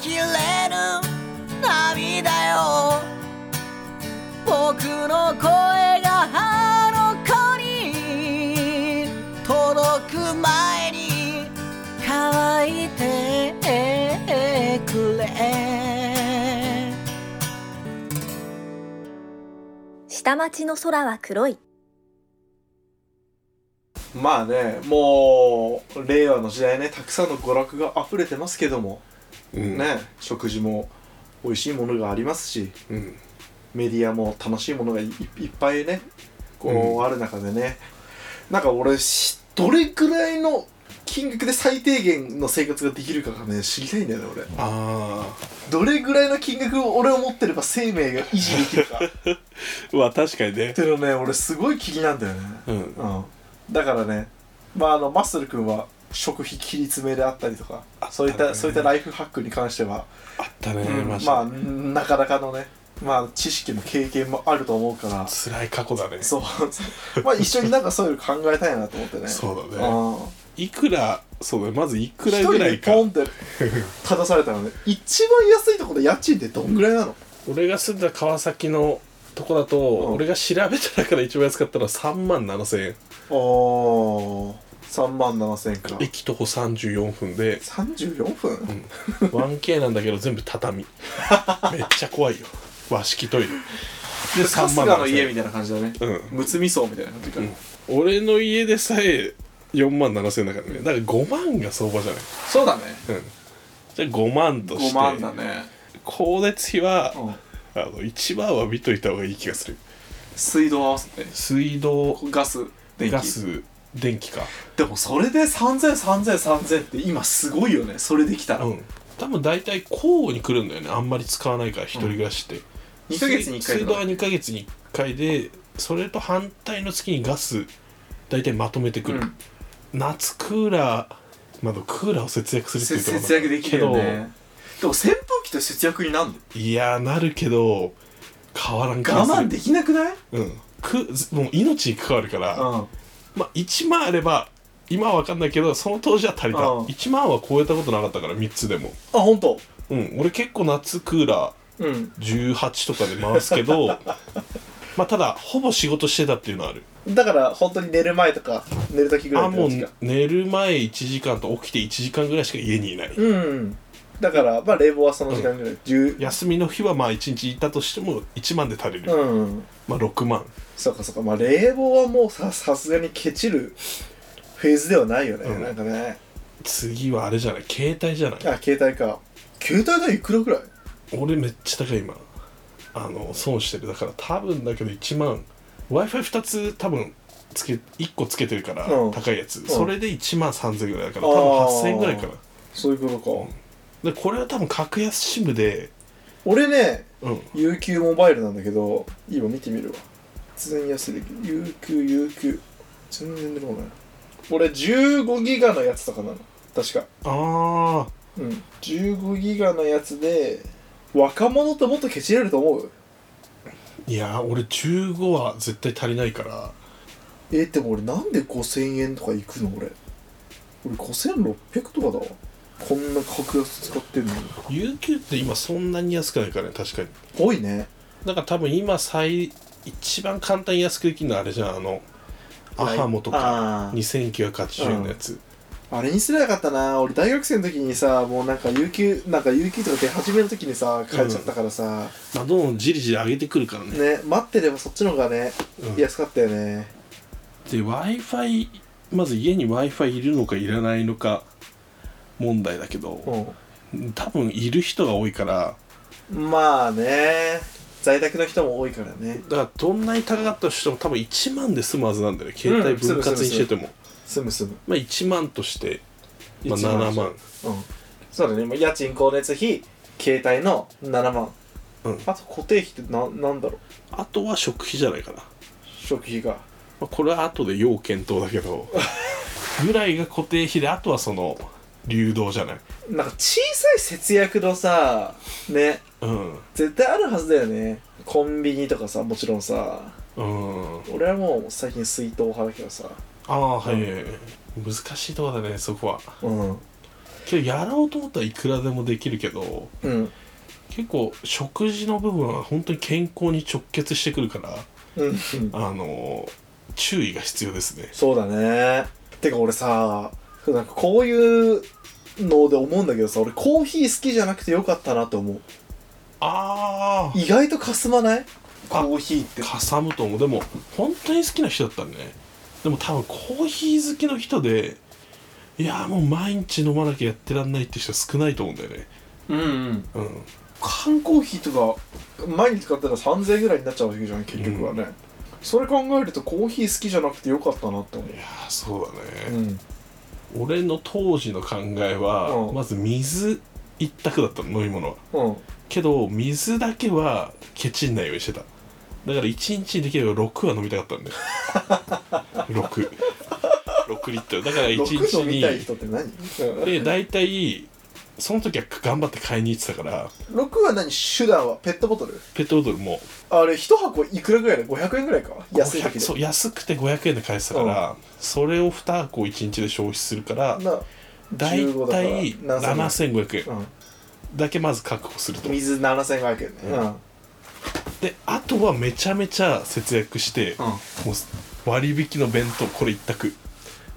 きれぬ涙よ僕の声があの子に届く前に乾いてくれ下町の空は黒いまあねもう令和の時代ねたくさんの娯楽が溢れてますけども、うんね食事も美味しいものがありますしうんメディアも楽しいものがいいっぱいねこう、ある中でねなんか俺しどれくらいの金額で最低限の生活ができるかがね知りたいんだよね俺あどれぐらいの金額を俺を持ってれば生命が維持できるかっあまあ確かにねていうのね俺すごい気になるんだよねうんうんだからねまああのマッスル君は食費切り詰めであったりとかあったねそういったそういったライフハックに関しては、あったね、うんマジで、まあなかなかのねまあ知識も経験もあると思うから辛い過去だね そうまあ一緒になんかそういうの考えたいなと思ってねそうだねあいくらそうだねまずいくら一ぐ人らでいかポンって立たされたのね一番安いところで家賃ってどんぐらい なの俺が住んだ川崎のとこだと、ん俺が調べた中で一番安かったのは3万7000円おー3万7000円か駅徒歩34 分で34分、 1K なんだけど全部畳めっちゃ怖いよ和式トイレで3万春日の家みたいな感じだねうんむつみ荘みたいな感じか、俺の家でさえ4万7000円だからねだから5万が相場じゃないそうだねじゃあ5万として5万だね、光熱費は、うん、あの1万は見といた方がいい気がする水道合わせて水道ガス電気ガス電気かでもそれで300030003000って今すごいよねそれできたら、うん多分大体交互に来るんだよねあんまり使わないから一人暮らしって、 2ヶ月に1回水と道かは2ヶ月に1回でそれと反対の月にガス大体まとめてくる、うん夏クーラーまだクーラーを節約するっせていうところ節約できるよねでも扇風機と節約になんのけどいやーなるけど変わらん気が我する慢できなくないうんくずもう命に関わるから、うんまあ1万あれば今は分かんないけどその当時は足りた、うん1万は超えたことなかったから3つでもあ本当うん俺結構夏クーラーうん18とかで回すけど まあただほぼ仕事してたっていうのはあるだから本当に寝る前とか寝る時ぐらあいものう時か寝る前1時間と起きて1時間ぐらいしか家にいない、うんだからまあ冷房はその時間ぐらい10休みの日はまあ1日いたとしても1万で足りる、うんまあ6万そうかそうかまあ冷房はもうささすがにケチるフェーズではないよね、うんなんかね次はあれじゃない携帯じゃないあ携帯か携帯代いくらぐらい俺めっちゃ高い今あの損してるだから多分だけど1万 w i f i 2つ多分つけ1個つけてるからうん高いやつ、んそれで1万3000ぐらいだからあー多分8000円ぐらいかそういうことか、なでこれは多分格安シムで俺ねうん UQ モバイルなんだけど今見てみるわ全然安いだけど UQUQ 全然出てこない俺15ギガのやつとかなの確かああうん15ギガのやつで若者ってもっとケチれると思ういやー俺15は絶対足りないからえー、でも俺なんで5000円とかいくの俺俺5600とかだわこんな格安使ってんのに UQ って今そんなに安くないからね確かに多いねだから多分今最一番簡単に安くできるのはあれじゃんあのアハモとかあー2980円のやつ、あれにすればよかったな俺大学生の時にさもうなんか有給なんか有給とか出始めの時にさ変えちゃったからさ、まあ、どんどんじりじり上げてくるからねね待ってればそっちの方がね、うん安かったよねで w i f i まず家に w i f i いるのかいらないのか問題だけど、う多分いる人が多いからんまあね在宅の人も多いからねだからどんなに高かったとしても多分1万で済むはずなんだよね携帯分割にしてても、住む住むまあ1万として、まあ、 1万7万うんそうだねまあ家賃光熱費携帯の7万、うんあと固定費ってななんだろうあとは食費じゃないかな、ま食費があ、これは後で要検討だけどぐらいが固定費であとはその流動じゃないなんか小さい節約のさねうん絶対あるはずだよねコンビニとかさもちろんさうん俺はもう最近水筒派だけどさああはい、はいはい難しいとこだねそこはうんけどやろうと思ったらいくらでもできるけどうん結構食事の部分は本当に健康に直結してくるからうんあの注意が必要ですねそうだねてか俺さなんかこういうので思うんだけどさ俺コーヒー好きじゃなくてよかったなと思うあ意外とかすまないコあーヒーってかさむと思うでも本当に好きな人だったんだねでも多分コーヒー好きの人でいやーもう毎日飲まなきゃやってらんないって人少ないと思うんだよねうん、うん、うん缶コーヒーとか毎日買ってたら3000円ぐらいになっちゃうわけじゃん結局はね、それ考えるとコーヒー好きじゃなくてよかったなって思いやーそうだうね、ん俺の当時の考えは、うんまず水一択だったの飲み物はうんけど水だけはケチんないようにしてただから1日にできれば6は飲みたかったんだよ66 リットルだから1 6日飲みたいに人って何、で大体その時は頑張って買いに行ってたから6は何手段はペットボトルペットボトルもあれ1箱いくらぐらいだ500円ぐらいか安い時500でそう安くて500円で買えてたから、それを2箱1日で消費するからな大15だから体7500円うだけまず確保するとん、水7500円ねうんであとはめちゃめちゃ節約して、もう割引の弁当これ一択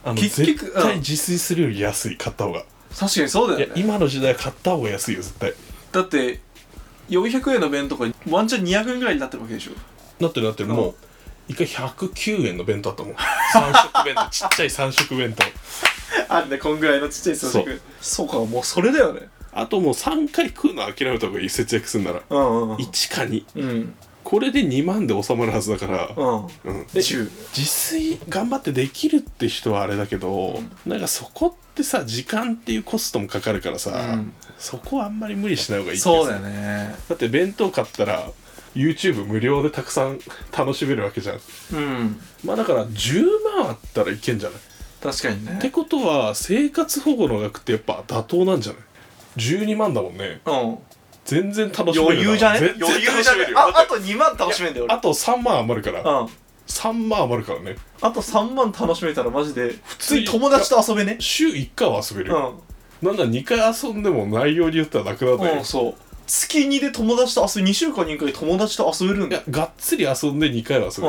あの結局絶対うん自炊するより安い買った方が、確かにそういや今の時代は買った方が安いよ絶対だって400円の弁とかワンチャン200円ぐらいになってるわけでしょなってるなってる、うんもう一回109円の弁当あったもん3食弁当ちっちゃい3食弁当 あんねこんぐらいのちっちゃい装そう飾そうかもうそれだよねあともう3回食うの諦めた方がいい節約するなら、うんうん1か2うんこれで2万で収まるはずだから、うんうんで10自炊頑張ってできるって人はあれだけど、なんかそこってさ時間っていうコストもかかるからさ、うんそこはあんまり無理しない方がいい気がするそうだよねだって弁当買ったら YouTube 無料でたくさん楽しめるわけじゃんうんまあだから10万あったらいけんじゃないっ確かにてねことは生活保護の額ってやっぱ妥当なんじゃない12万だもんねうん全然楽しめるな余裕じゃね全然余裕じゃ楽しめねるよあだっあてと2万楽しめんだよあと3万余るから、俺うん3万余るからねあと3万楽しめたらマジで普通通にに友達と遊べね週1回は遊べるうよ、なんなら2回遊んでも内容によってはなくなるんだよ、んうんそう月2で友達と遊び2週間に1回友達と遊べるんいだやよがっつり遊んで2回は遊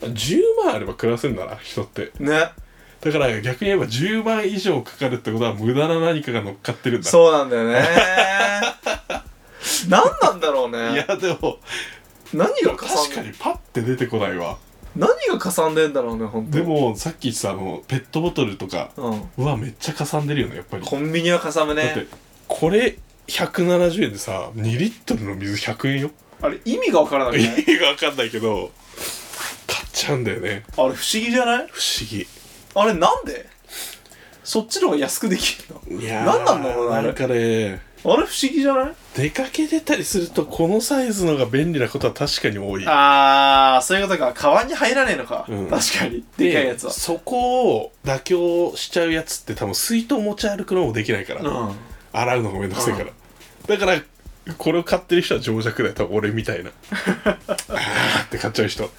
べる、10万あれば暮らせんだな人ってうんねだから逆に言えば10万以上かかるってことは無駄な何かが乗っかってるんだそうなんだ よね何なんだろうねやでも何がか確さかんにパッて出てこないわ何がかさんでんだろうね本当でもさっき言ってたあのペットボトルとかうんうわめっちゃかさんでるよねやっぱり、コンビニはかさむだってねこれ170円でさ2リットルの水100円よあれ意味がわからなく意ない味が分かんないけど買っちゃうんだよねあれ不思議じゃない不思議あれなんでそっちの方が安くできるいやー何なんだろうねあれなんかねのあれ不思議じゃない出かけてたりするとこのサイズのが便利なことは確かに多いあーそういうことかカバンに入らねえのか、うん確かにででかいやつはそこを妥協しちゃうやつって多分水筒持ち歩くのもできないから、うん洗うのがめんどくせえから、だからこれを買ってる人は情弱だよ多分俺み たいなあーって買っちゃう人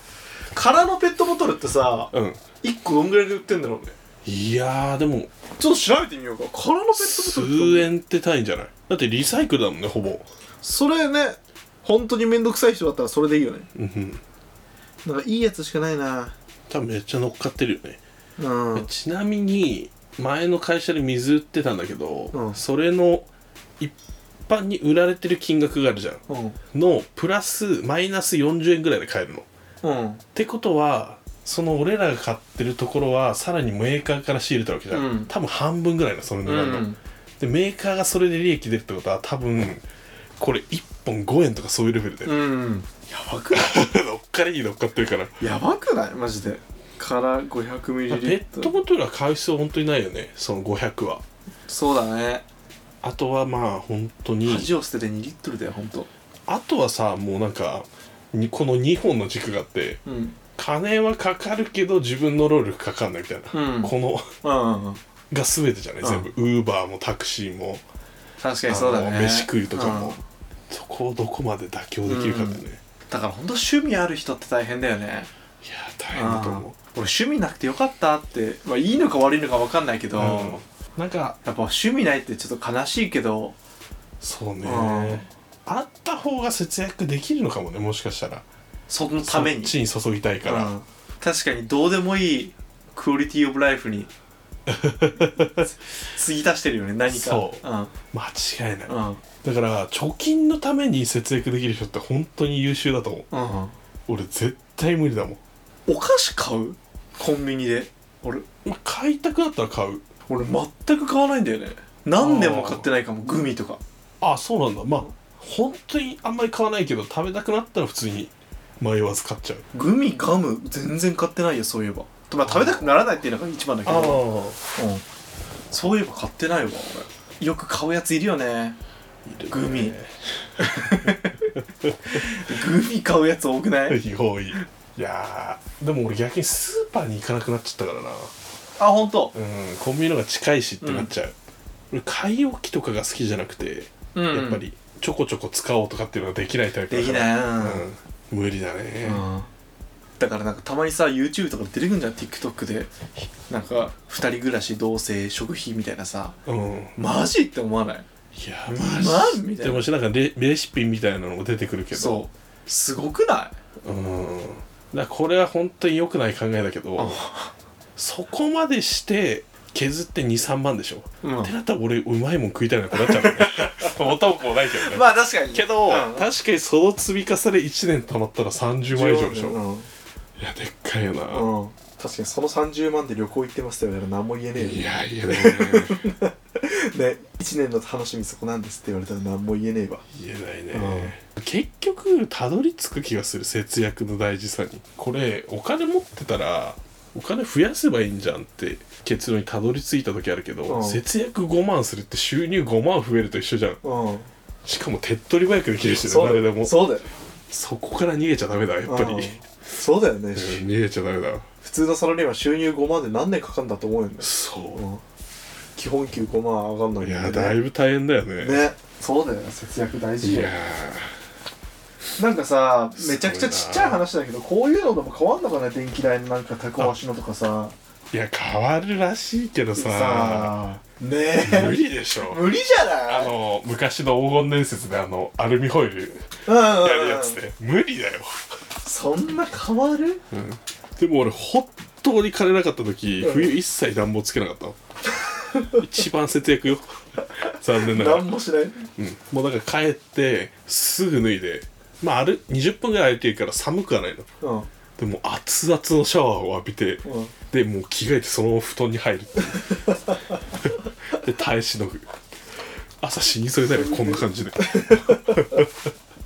空のペットボトルってさうん1個どんぐらいで売ってんだろうねいやーでもちょっと調べてみようか空のペットボトルって数円って単位じゃないだってリサイクルだもんねほぼそれね本当にめんどくさい人だったらそれでいいよねうんうんなんかいいやつしかないな多分めっちゃ乗っかってるよねうんうんちなみに前の会社で水売ってたんだけど、うんそれの一般に売られてる金額があるじゃんのプラスマイナス40円ぐらいで買えるの。っうんてことはその俺らが買ってるところはさらにメーカーから仕入れたわけじゃん、うん多分半分ぐらいなそれの値段の、うんでメーカーがそれで利益出るってことは多分これ1本5円とかそういうレベルで、うんやばくない 乗っかりに乗っかってるからやばくないマジでから500ミペリリッットルトボトルは買う必要本当にないよねその500はそうだねあとはまあ本当に恥を捨てて2リットルだよほんとあとはさもうなんかにこの2本の軸があってうんうん金はかかるけど自分の労力かかんないみたいな、うんこのうんうんが全てじゃない、うん全部ウーバーもタクシーも確かにそうだあねの飯食うとかも、うんそこをどこまで妥協できるかってね、うんいやだからほんと趣味ある人って大変だよねー大変だと思う俺趣味なくてよかったって、まあ、いいのか悪いのか分かんないけど、うんなんかやっぱ趣味ないってちょっと悲しいけどそうねうんあった方が節約できるのかもねもしかしたらそのためにそっちに注ぎたいから、うん確かにどうでもいいクオリティオブライフ につ継ぎ足してるよね何かそううん間違いない、うんだから貯金のために節約できる人って本当に優秀だと思ううん俺絶対無理だもんお菓子買うコンビニで俺まあ買いたくなったら買う俺全く買わないんだよね何年も買ってないかもグミとかあそうなんだまあ本当にあんまり買わないけど食べたくなったら普通に迷わず買っちゃうグミガム全然買ってないよそういえば、まあ、食べたくならないっていうのが一番だけあど、あうん、そういえば買ってないわ俺よく買うやついるよねグミグミ買うやつ多くない 多いいやーでも俺逆にスーパーに行かなくなっちゃったからなあ本当。うんコンビニの方が近いしってなっちゃう、俺買い置きとかが好きじゃなくて、うんやっぱりちょこちょこ使おうとかっていうのはできないタイプでだきからないうんうん、無理だね、うんだからなんかたまにさ YouTube とかで出てくんじゃん TikTok でなんか2人暮らし同棲食費みたいなさうん、いマジって思わないやまあマみジたいなでもしなんかレレシピみたいなのも出てくるけどそうすごくないうんだからこれは本当に良くない考えだけどそこまでして削って23万でしょ、うんってなったら俺うまいもん食いたいなってなっちゃうね元も子もないけどね、まあ確かにけど、うん確かにその積み重ね1年たまったら30万以上でしょ、うんいやでっかいよな、うん確かにその30万で旅行行ってましたよだから何も言えねえよいやいやでもねね1年の楽しみそこなんですって言われたら何も言えねえわ言えないね、結局たどり着く気がする節約の大事さにこれお金持ってたらお金増やせばいいんじゃんって結論にたどり着いた時あるけど、うん節約5万するって収入5万増えると一緒じゃんうんしかも手っ取り早くできるしねそうだ誰でよもそそうだよこから逃げちゃダメだやっぱり、うんうんそうだよね、逃げちゃダメだ普通のサラリーマン収入5万で何年かかんだと思うよねそう、うん基本給5万上がんのにいねやだいぶ大変だよねねそうだよ節約大い事よやなんかさめちゃくちゃちっちゃい話だけどこういうのでも変わんのかね電気代のなんかタコ足のとかさーいや変わるらしいけどささねえ無理でしょ無理じゃないあの昔の黄金伝説であのアルミホイルうんうんうんやるやつで無理だよ、そんな変わるでも俺本当に金なかった時、冬一切暖房つけなかった の一番節約よ残念ながら何、もしないうんもうだから帰ってすぐ脱いでまあある20分ぐらい空いてるから寒くはないのうんうんでも熱々のシャワーを浴びて、でもう着替えてそのまま布団に入るっていう で耐えしのぐ朝死にそうになるよこんな感じで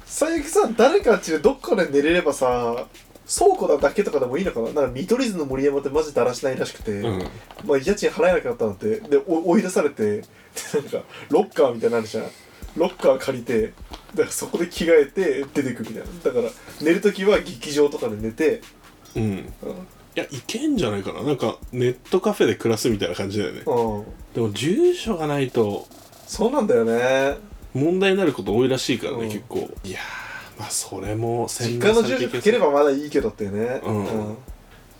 最悪さ誰かんちでどっかで寝れればさ倉庫なだけとかでもいいのかななんか見取り図の森山ってマジだらしないらしくて、うんまあ家賃払えなくなったんだってでお追い出されてでなんかロッカーみたいなのあるじゃんロッカー借りてだからそこで着替えて出てくみたいなだから寝る時は劇場とかで寝てうんうんいやいけんじゃないかななんかネットカフェで暮らすみたいな感じだようねんでも住所がないとそうなんだよね問題になること多いらしいからうね、ん結構いやーまあそれも実洗家の脳され住所ていけかそけれうばまだいいけどってねうん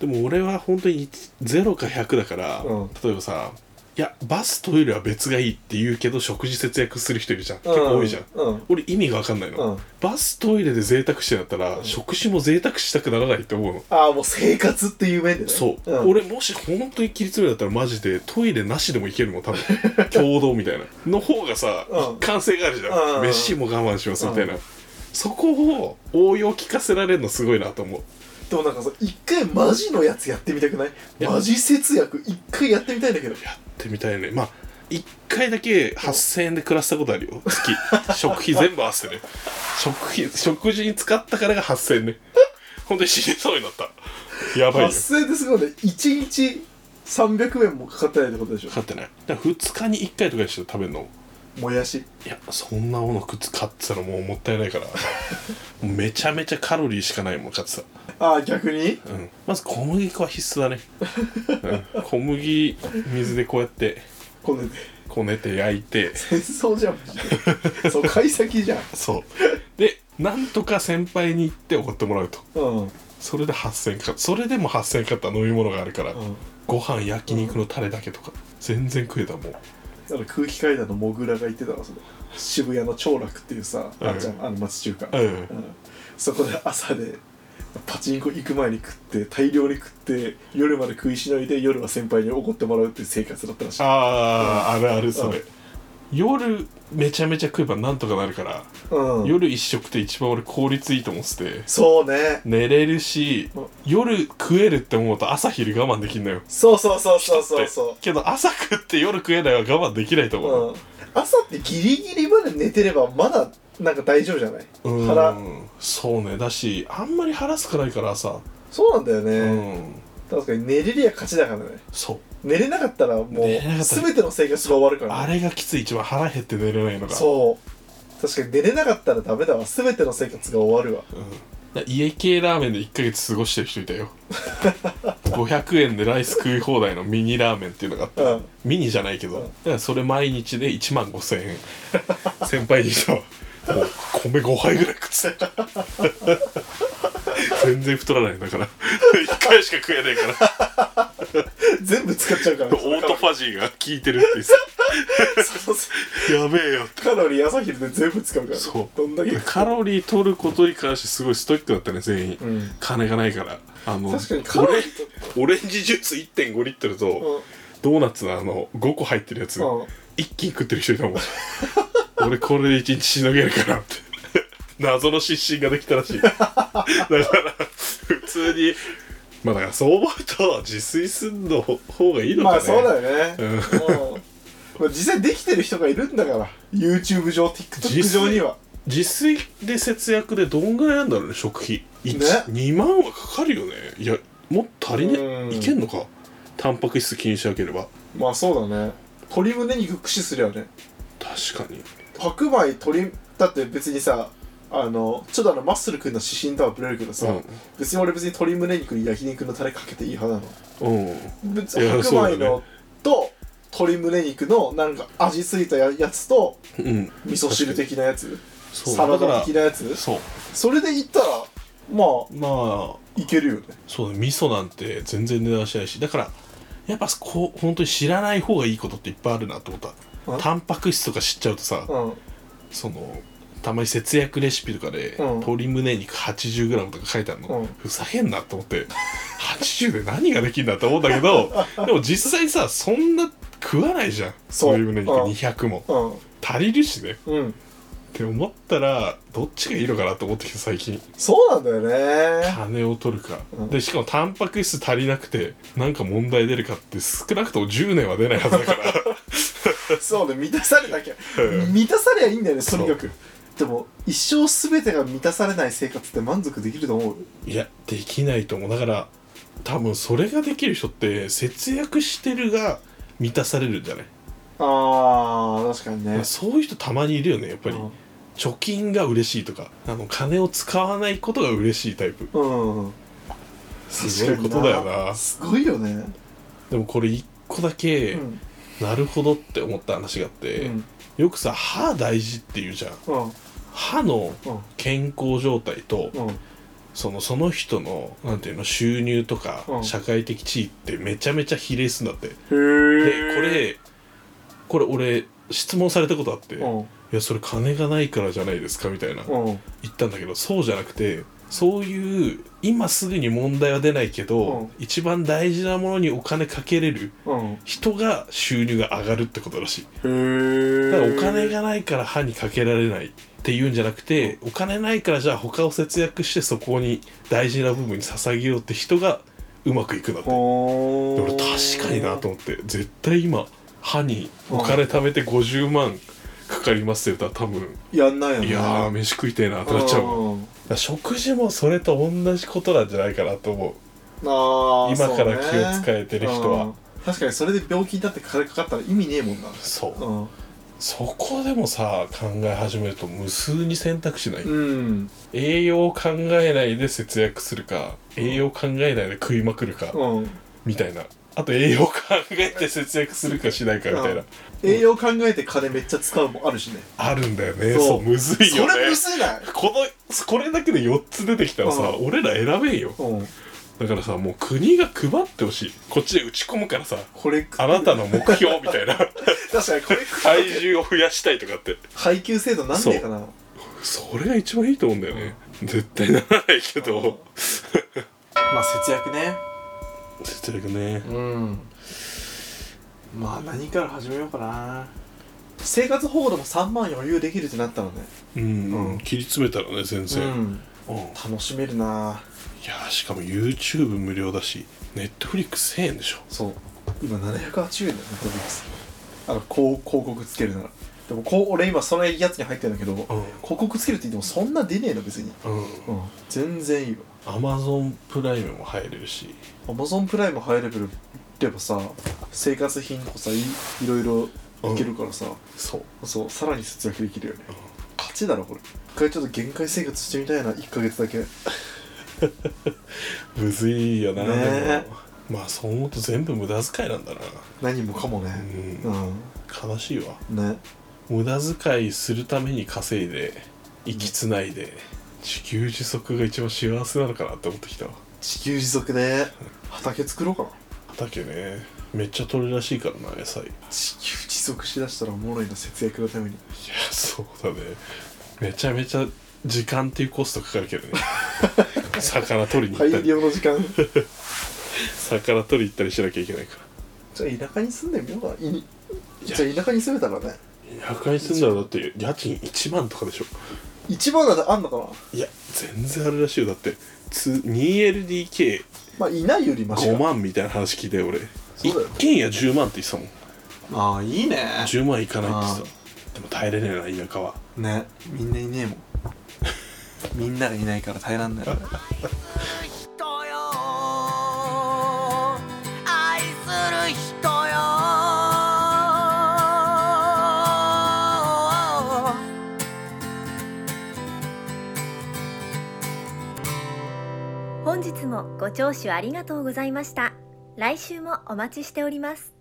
でも俺は本当に0か100だから、うん例えばさいやバストイレは別がいいって言うけど食事節約する人いるじゃん、結構多いじゃんうん俺意味が分かんないうの、んバストイレで贅沢してだったら、食事も贅沢したくならないって思うのああもう生活っていう面でねそう、ん俺もし本当に切り詰めだったらマジでトイレなしでもいけるもん多分 共同みたいなの方がさ、うん一貫性があるじうんうんゃん、うん飯も我慢しますみたいな、そこを応用聞かせられるのすごいなと思うでもなんかさ一回マジのやつやってみたくないやマジ節約一回やってみたいんだけどやってみたいねまあ一回だけ8000円で暮らしたことあるよ月 食費全部合わせてね食費食事に使ったからが8000円ね本当に死にそうになったやばいよ発生ですごいね1日300円もかかってないってことでしかかってないだから2日に1回とかにして食べるのょもやしいやそんなもの靴買ってたらもうもったいない からもうめちゃめちゃカロリーしかないもん買ってた、ああ逆にうん、まず小麦粉は必須だね、うん、小麦水でこうやってこねてこねて焼いて戦争じゃんマジ でそう買い先じゃんそうでなんとか先輩に行っておごってもらうとうんうんそれで8000円かそれでも8000円かったら飲み物があるから、ご飯焼肉のタレだけとか、全然食えたもんあの空気階段のモグラが言ってたわそれ渋谷の兆楽っていうさあるじゃんあの町中華、うんうんそこで朝でパチンコ行く前に食って大量に食って夜まで食いしのいで夜は先輩に怒ってもらうっていう生活だったらしいああーあるあるそれ、夜めちゃめちゃ食えばなんとかなるから、うん夜一食って一番俺効率いいと思っててそうね寝れるしうん夜食えるって思うと朝昼我慢できんのよそうそうそうそうそうそけど朝食って夜食えないは我慢できないとう、思う、うん朝ってギリギリまで寝てればまだなんか大丈夫じゃないうん腹そうねだしあんまり腹すかないから朝そうなんだよね、うん確かに寝れりゃ勝ちだからねそう寝れなかったらもう寝れなかった全ての生活が終わるからねあれがきつい一番腹減って寝れないのがそう確かに寝れなかったらダメだわ全ての生活が終わるわだ家系ラーメンで1ヶ月過ごしてる人いた よ500円でライス食い放題のミニラーメンっていうのがあって、うんミニじゃないけど、だからそれ毎日で1万5000円 先輩にしたもう米5杯ぐらい食ってた 全然太らないんだから1回しか食えないから 全部使っちゃ うからオ ートファジーが効いてるって言ってそうそたやべえよってうカロリー朝昼で全部使うからそうどんだけ食うカロリー取ることに関してすごいストイックだったね全員、うん金がないからあの確かにカロリーとオレオレンジジュース1.5リットルと、ドーナツのあの5個入ってるやつ、うん一気に食ってる人いたもん 俺これで一日しのげるかなって 謎の失神ができた らしいだから普通にまあだからそう思うと自炊すんの方がいいのまかねあそうだよねうんうんまあ実際できてる人がいるんだから YouTube 上 TikTok 実上には自炊で節約でどんぐらいなんだろうね食費一ね2万はかかるよねいやもっと足りうねんいけんのかタンパク質気にしなければまあそうだね鶏胸肉駆使すりゃね確かに白米鶏だって別にさあのちょっとあのマッスル君の指針とはぶれるけどさ、うん別に俺別に鶏胸肉に焼肉のタレかけていい派なのうん別い白やそうだね米のと鶏胸肉のなんか味付いたややつとうん味噌汁的なやつそうサラだかダら的なやつそうそれでいったらまあまあいけるよねそうね味噌なんて全然値段しないしだからやっぱこう本当に知らない方がいいことっていっぱいあるなと思ったあタンパク質とか知っちゃうとさうんそのたまに節約レシピとかで、うん鶏胸肉 80g とか書いてあるの、うんふざけんなと思って80で何ができるんだと思うんだけ どでも実際さそんな食わないじゃんそう鶏胸肉うん200もうん足りるしねっうんて思ったらどっちがいいのかなと思ってきた最近そうなんだよ ね金を取るか、うんでしかもタンパク質足りなくてなんか問題出るかって少なくとも10年は出ないはずだからそうね満たされなきゃうん満たされゃいいんだよねそとうにかくでも一生全てが満たされない生活って満足できると思う いやできないと思うだから多分それができる人って節約してるが満たされるんじゃない、あー確かにねそういう人たまにいるよねやっぱり、うん貯金が嬉しいとかあの金を使わないことが嬉しいタイプうんすごいことだよなすごいよねでもこれ一個だけ、うんなるほどって思った話があって、うんよくさ歯大事って言うじゃんうん歯のうん健康状態と、うんそのその人のなんていうの収入とか、うん社会的地位ってめちゃめちゃ比例するんだってでへーこれこれ俺質問されたことあって「ういんやそれ金がないからじゃないですか」みたいな、うん言ったんだけどそうじゃなくてそういう今すぐに問題は出ないけど、一番大事なものにお金かけれるうん人が収入が上がるってことらしいへーだからお金がないから歯にかけられないっていうんじゃなくてお金ないからじゃあ他を節約してそこに大事な部分に捧げようって人がうまくいくんだってでほー俺確かになと思って絶対今歯にお金貯めて50万かかりますって言ったら多分やんないよねいやー飯食いてえなってなっちゃうもんだんから食事もそれと同じことなんじゃないかなと思うあー今からそうね気を使えてる人はうん確かにそれで病気になって金かかったら意味ねえもんなそううんそこでもさ考え始めると無数に選択肢ないうん栄養を考えないで節約するか栄養を考えないで食いまくるか、うんみたいなあと栄養を考えて節約するかしないかみたいうな、ん栄養考えて金めっちゃ使うもあるしねあるんだよねそそううむずいよそれねむずいないこのこれだけで4つ出てきたらさ、う俺ら選べんようんだからさもう国が配ってほしいこっちで打ち込むからさこれ確あな たの目標みたいなかにこれ体重を増やしたいとかって配給制度なんでかなそれが一番いいと思うんだよね絶対ならないけどまあ節約ね節約ねうんまあ何から始めようかな生活保護でも3万余裕できるってなったらねうん、うん切り詰めたらね先生、うんんい楽しめるなやーしかも YouTube 無料だし Netflix1000 円でしょそう今780円だよネットフリックスあの広広告つけるならでもこう俺今そのやつに入ってるんだけど、広告つけるって言ってもそんな出ねえの別にうんうん全然いいよ Amazon プライムも入れるしアマゾンプライム入れるればさ生活品とかさいいろいろいけるからさ、そうそうさらに節約できるよね、勝ちだろこれ一回ちょっと限界生活してみたいな1ヶ月だけむずいよな、ねえでもまあそう思うと全部無駄遣いなんだな何もかもねううん、悲しいわね無駄遣いするために稼いで生きつないで自給自足が一番幸せなのかなって思ってきたわ自給自足ね畑作ろうかな畑ねめっちゃ取れるらしいからな野菜いや自給自足しだしたらおもろいな節約のためにそうだねめちゃめちゃ時間っていうコストかかるけどね 魚取りに行った大り量の時間魚取り行ったりしなきゃいけないかじゃあ田舎に住んでみようかいにじゃあ田舎に住めたらねら破壊するんだろだって家賃1万とかでしょ一番なんてあんのかないや全然あるらしいよだってつ 2LDK5 まあいないよりマシか万みたいな話聞いて俺そうだよ一軒家10万って言ってたもんああいいね10万いかないって言ってたでも耐えれねえな田舎はねみんないねえもん みんながいないから耐えらんない人よ愛する人よ本日もご聴取ありがとうございました来週もお待ちしております